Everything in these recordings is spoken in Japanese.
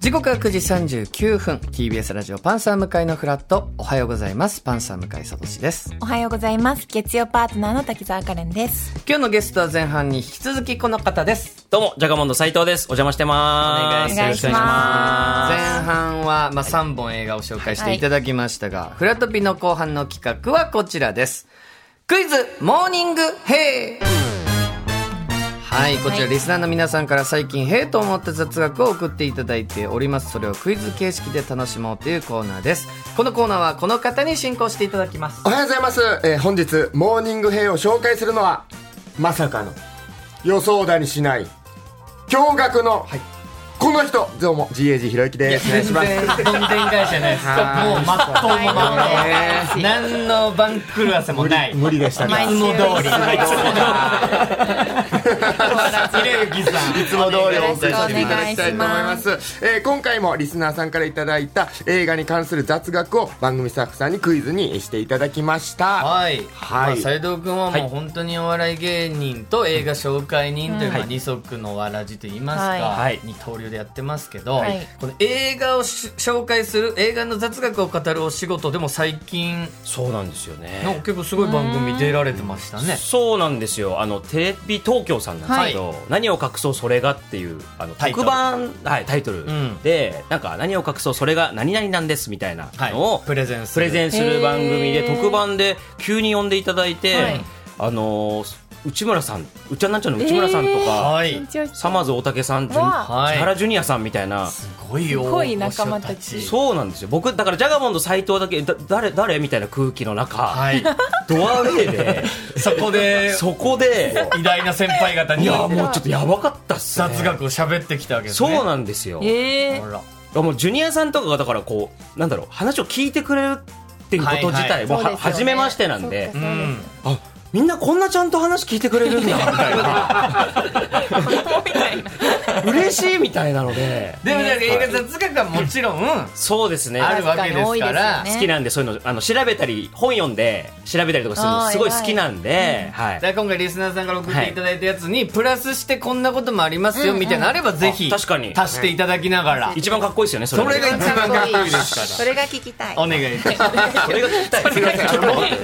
時刻は9時39分 TBS ラジオパンサー向かいのフラットおはようございますパンサー向かいさとしですおはようございます。月曜パートナーの滝沢カレンです。今日のゲストは前半に引き続きこの方ですどうも、ジャガモンド斉藤です。お邪魔してまーす。お願いしま前半は、まあ、3本映画を紹介していただきましたが、フラトピの後半の企画はこちらです。クイズ、モーニング、ヘイはい、こちら、はいリスナーの皆さんから最近、へえと思った雑学を送っていただいております。それをクイズ形式で楽しもうというコーナーです。このコーナーは、この方に進行していただきます。おはようございます、えー本日モーニングヘイを紹介するのはまさかの予想だにしない驚愕の、この人どうも GAG ひろゆきですお願いします然、どんでん返しじゃないですかもうまっとうもまっとうも何の番狂わせもない。無理でした毎ね週ひろゆきさん。いつも通りお伝えしていただきたいと思いまよすえー今回もリスナーさんからいただいた映画に関する雑学を番組スタッフさんにクイズにしていただきましたはい、はまいあ、斉藤君ははもうい本当にお笑い芸人と映画紹介人という、まあ、二足のわらじといいますか、はい二刀流でやってますけど、はいこの映画をし紹介する映画の雑学を語るお仕事でも最近そうなんですよのね。結構すごい番組出られてましたね。そうなんですよ。あの、テレビ東京さんなんですけど、何を隠そうそれがっていう、あの、タイト特ル番、はい、タイトルんで、なんか、何を隠そうそれが何々なんですみたいなはいのを、プレゼンすプるレゼンする番組へで、ー特番で急に呼んでいただいはてい、あのー、内村さん、うっちゃんなんちゃんの内村さんとか、はいさまず大竹さん、ジュわあン千原ジュニアさんみたいな、すごいよすごい仲間たちそうなんですよ僕だからジャガモンド斎藤だけだ誰誰みたいな空気の中、はい、ドアウェイで そこでそ こで偉大な先輩方いにやもうちょっとやばかったっすね雑学を喋ってきたわけですそうね。なんですよ、あえー、らもうジュニアさんとかがだからこうなんだろう話を聞いてくれるっていうこと自はいはい体、もうはそうですよね初めましてなんでそうかうんあみんなこんなちゃんと話聞いてくれるんだみたいな嬉しいみたいなのででもね映画雑学はもちろんあそうですねるわけです確かに多いかですよらね好きなんでそういうのあの調べたり本読んで調べたりとかするのすごい好きなんで、はいだから今回リスナーさんから送っていただいたやつにプラスしてこんなこともありますよみたいなのあればぜひあ確かに足していただきながら一番かっこいいですよねそそれれが一番かっこいいですか それが聞きたい。らお願いいたしますそれが聞きたいすいませんあ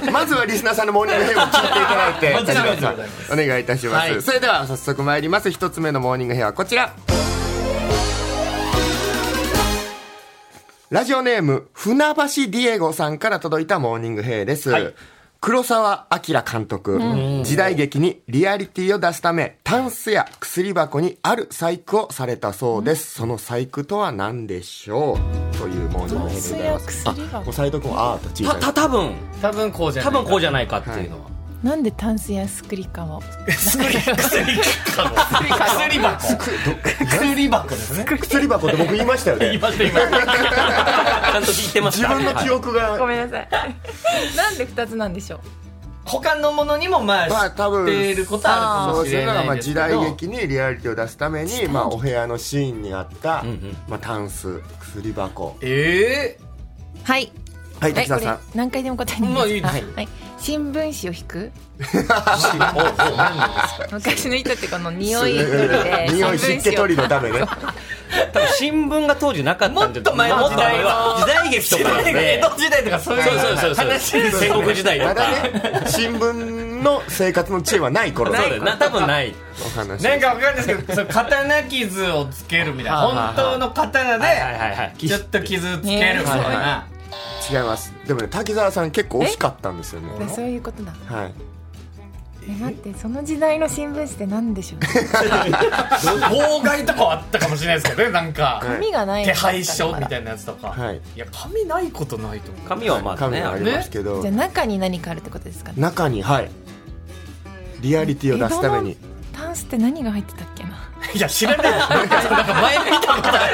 のまずはリスナーさんのモーニングヘイを聞いていただいてもちろんで谷すよ川さんお願いいたします、はいそれでは早速参ります一つ目のモーニングヘイはこちらラジオネーム船橋ディエゴさんから届いたモーニングヘイです、黒澤明監督、時代劇にリアリティを出すためタンスや薬箱にある細工をされたそうです、その細工とは何でしょうというモーニングヘイでございますタンスや薬箱あもう斎藤君はあーと小さいたた多分多分こうじゃな多い分こうじゃないかっていうのは、なんでタンスやスクリカを薬箱薬箱ですね薬箱って僕言いましたよねました今ちゃんと聞いてまし自た分の記はい憶が、ごめんなさい。 なんで二つなんでしょう。他のものにもままああ多知っ分ていることはあるかそもうしそういれうのがまなあいです時けど代劇にリアリティを出すために、まあ、お部屋のシーンにあった、んうんまあ、タンス薬箱えはい。はいはい、滝こ沢れさん何回でも答えにまあいいですよはい。新聞紙を引 く。え何ですか昔の人ってこの匂い取 りで匂い湿気取りのためね多分新聞が当時なかったんでもっと前の時代のまあ時代劇とかなん江で戸時代とかそういうそうそうそうそう話です戦国時代とまかだね新聞の生活の知恵はない頃のそうだよな多分ないお話なんかわかんないですけど、その刀傷をつけるみたいな、はあはあはあ本当の刀はいはいで、はいはいちょっと傷つけるみたいねな。違いますでもね滝沢さん結構惜しかったんですよねでそういうことだ。はいえ待ってその時代の新聞紙って何でし ょう。妨害とかはあったかもしれないですけどね、なんか、紙がない手のか配書みたいなやつとか。はいいや、紙ないことないと思う。紙はまあ紙ねはありますけど、じゃあ中に何かあるってことですかね中にはいリアリティを出すためにタンスって何が入ってたっけないや、知らない。なんか前見たことあ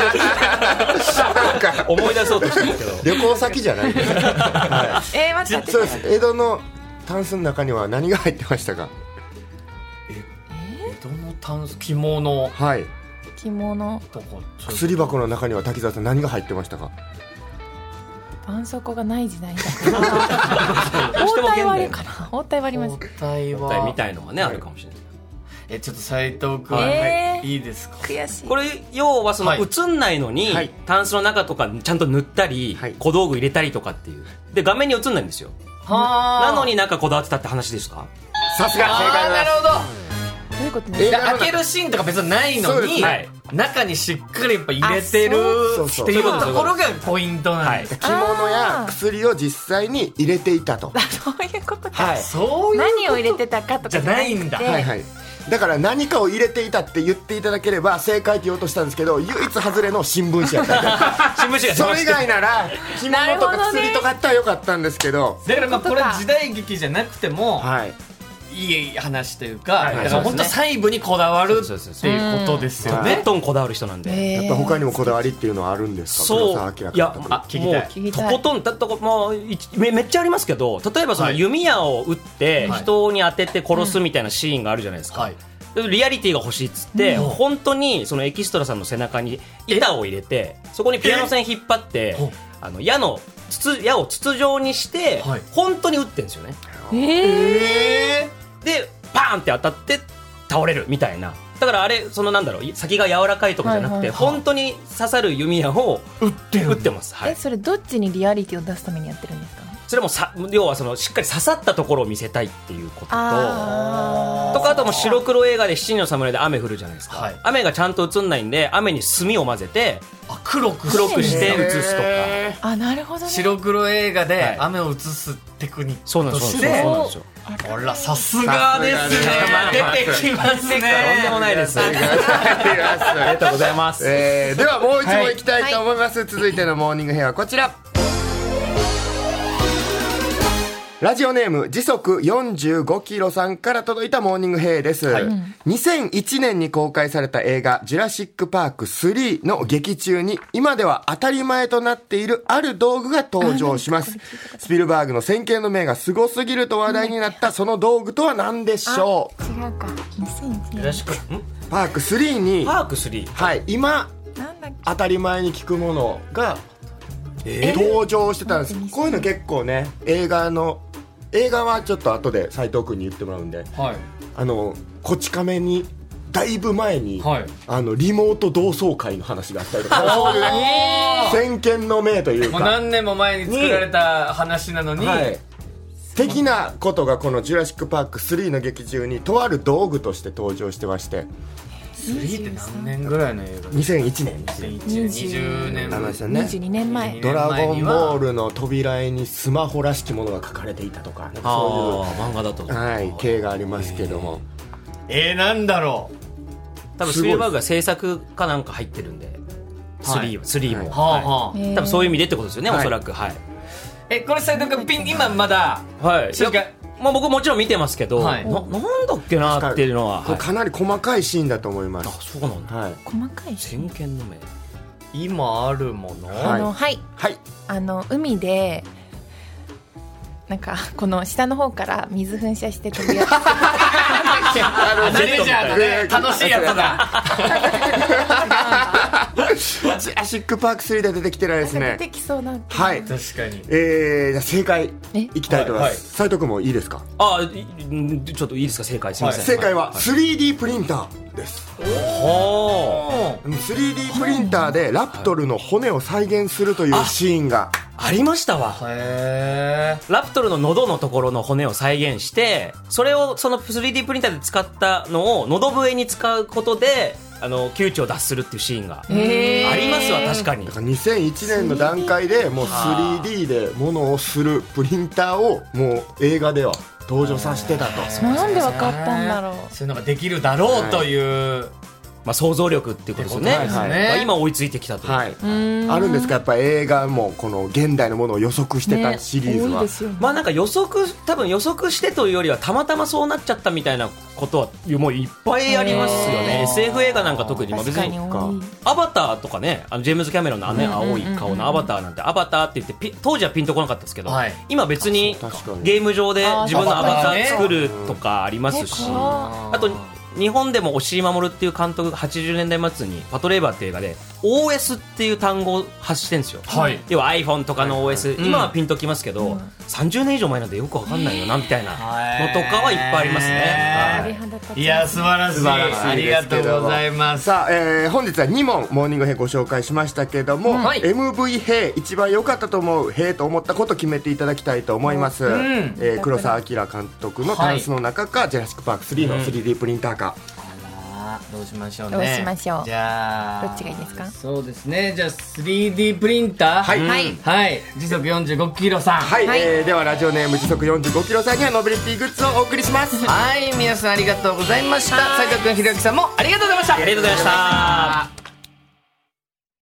る。思い出そうとしてるけど旅行先じゃないでえすー、待って待 そうっでてす江戸のタンスの中には何が入ってましたか江戸のタンス、着物はい着物とか、そう薬箱の中には滝沢さん何が入ってましたか絆創膏がない時代だから包帯はあるかな包帯はあります包帯みは、たいのがねあるかもしれないえちょっと斉藤君、はいはえーい、いいですか悔しいこれ要はそのはい映んないのに、はいタンスの中とかちゃんと塗ったり、はい小道具入れたりとかっていうで画面に映んないんですよはなのになんかこだわってたって話ですかさすが正あ解ーでなするほどどういうことえ ねだから開けるシーンとか別にないのそうでに、すはい中にしっかりやっぱ入れてるあそっうていうところがポイントなんです、着物や薬を実際に入れていたと。あそういうことか、はい。そういう何を入れてたかとかくてじゃないんだははいはい。だから何かを入れていたって言っていただければ正解って言おうとしたんですけど唯一外れの新聞紙やった新聞紙 がそれ以して外なら着物とか薬とかあったらよかったんですけどだからまあこそうれいうことか時代劇じゃなくても、はいいい話というか、いだから本当細部にこだわるってそうそうそういうことですよとね。ことんこだわる人なんで、えーやっぱ他にもこだわりっていうのはあるんですか黒そ沢う明監いや督あ聞きたいも聞きうとたいことんだとこもういめめっちゃありますけど例えばそのはい弓矢を撃ってはい人に当てて殺すみたいなシーンがあるじゃないですか、はいリアリティが欲しいっつって、うん本当にそのエキストラさんの背中に板を入れてそこにピアノ線引っ張ってほうあの矢の筒矢を筒状にして、はい本当に撃ってるんですよねえーえでパーンって当たって倒れるみたいなだからあれそのなんだろう先が柔らかいとかじゃなくて、はいはい本当に刺さる弓矢をー、売って撃ってます、はえい、それどっちにリアリティを出すためにやってるんですかそれもさ要はそのしっかり刺さったところを見せたいっていうこととあーとかあともう白黒映画で「七人の侍」で雨降るじゃないですか、はい雨がちゃんと映んないんで雨に炭を混ぜてあ黒く黒くして映すとか、えあなるほどね白黒映画でい雨を映すテクニックそうなんでとすそうしなんですてそうなんですよあらさすがですねさすがで出てきますねとんでもないですありがとうございます、 えーではもう一問いきたいと思います、続いてのモーニングヘアはこちらラジオネーム時速45キロさんから届いたモーニングヘイです、2001年に公開された映画「ジュラシック・パーク3」の劇中に今では当たり前となっているある道具が登場しますスピルバーグの先見の明がすごすぎると話題になったその道具とは何でしょう違うか2001よ年ろしくんパーク3に、パーク3はい、今なんだっけ当たり前に聞くものがえ登場してたんですえこういうの結構ね映画の映画はちょっと後で斉藤君に言ってもらうんではいあのこち亀にだいぶ前に、はいあのリモート同窓会の話があったりとか そういうね先見の明というもかう何年も前に作られた話なのに、はい的なことがこの「ジュラシック・パーク3」の劇中にとある道具として登場してまして3って何年ぐらいの映画で2001年ですよ20年話したね22年前ドラゴンボールの扉絵にスマホらしきものが書かれていたとかなんかあそあ漫画だとういう、はい、系がありますけども、えー、なんだろ多分スピルバーグが制作かなんか入ってるんで3は3も、うはあはいはあ、えー多分そういう意味でってことですよね、はいおそらくはい、えこれ斉藤君ピン今まだはいそれからまあ、僕もちろん見てますけど、はいななんだっけなっていうのは、こはれいかなり細かいシーンだと思いまあす、そうなんだはい細かい先見の目今あるもの、はあいのはいはいあの海でなんかこの下の方から水噴射して飛びやつあジェットレみジャーたのいなね楽しいやつだジュラシック・パーク3で出てきてるんです出ねてきそうなはい確かにえー、じゃあ正解えいきたいと思います斉藤君もいいですかあいんちょっといいですか正解すみません、正解はい 3D プリンターですはうん 3D プリンターでラプトルの骨を再現するというシーンがあありましたわへえラプトルの喉のところの骨を再現してそれをその 3D プリンターで使ったのを喉笛に使うことであの窮地を脱するっていうシーンがあへーりますわ確かにだから2001年の段階でもう 3D でものをするプリンターをもう映画では登場させてたとなんでわかったんだろそういうのができるだろうという、まあ、想像力っていうことですよねってことですねまあ今追いついてきたという、はいんあるんですかやっぱ映画もこの現代のものを予測しうてたシリーズね多は、いですよねまあなんか予測多分予測してというよりはたまたまそうなっちゃったみたいなことはもういっぱいありますよへーね SF 映画なんか特にまあ確別かに多いアバターとかねあのジェームズ・キャメロンのあのね青い顔のアバターなんてアバターって言ってピ当時はピンとこなかったですけど、はい今別にあそう確かにゲーム上で自分のアバター作るとかありますし結構あと日本でも押井守っていう監督が80年代末にパトレーバーっていう映画で OS っていう単語を発してるんですよ、はい要は iPhone とかの OS、ん今はピンときますけど、30年以上前なんでよくわかんないよなみたいなのとかはいっぱいありますへね、ーはい鳥肌立ついや、素晴らしい。素晴らしいですけどもありがとうございます。さあ、えー本日は2問モーニングヘイご紹介しましたけども、はい MV ヘイ一番良かったと思うヘイと思ったことを決めていただきたいと思います、えー黒澤明監督のタンスの中か、ジュラシック・パーク3の 3D プリンターか、あらどうしましょうね。どうしましょうじゃあ。どっちがいいですかそうですね。じゃあ 3D プリンター。はいはいはい。時速45キロさん。はい、はいえーではラジオネーム時速45キロさんにはノベリティグッズをお送りしますはい皆さんありがとうございました。斉藤君、ひろゆきさんもありがとうございました。ありがとうございましたありがとうございました。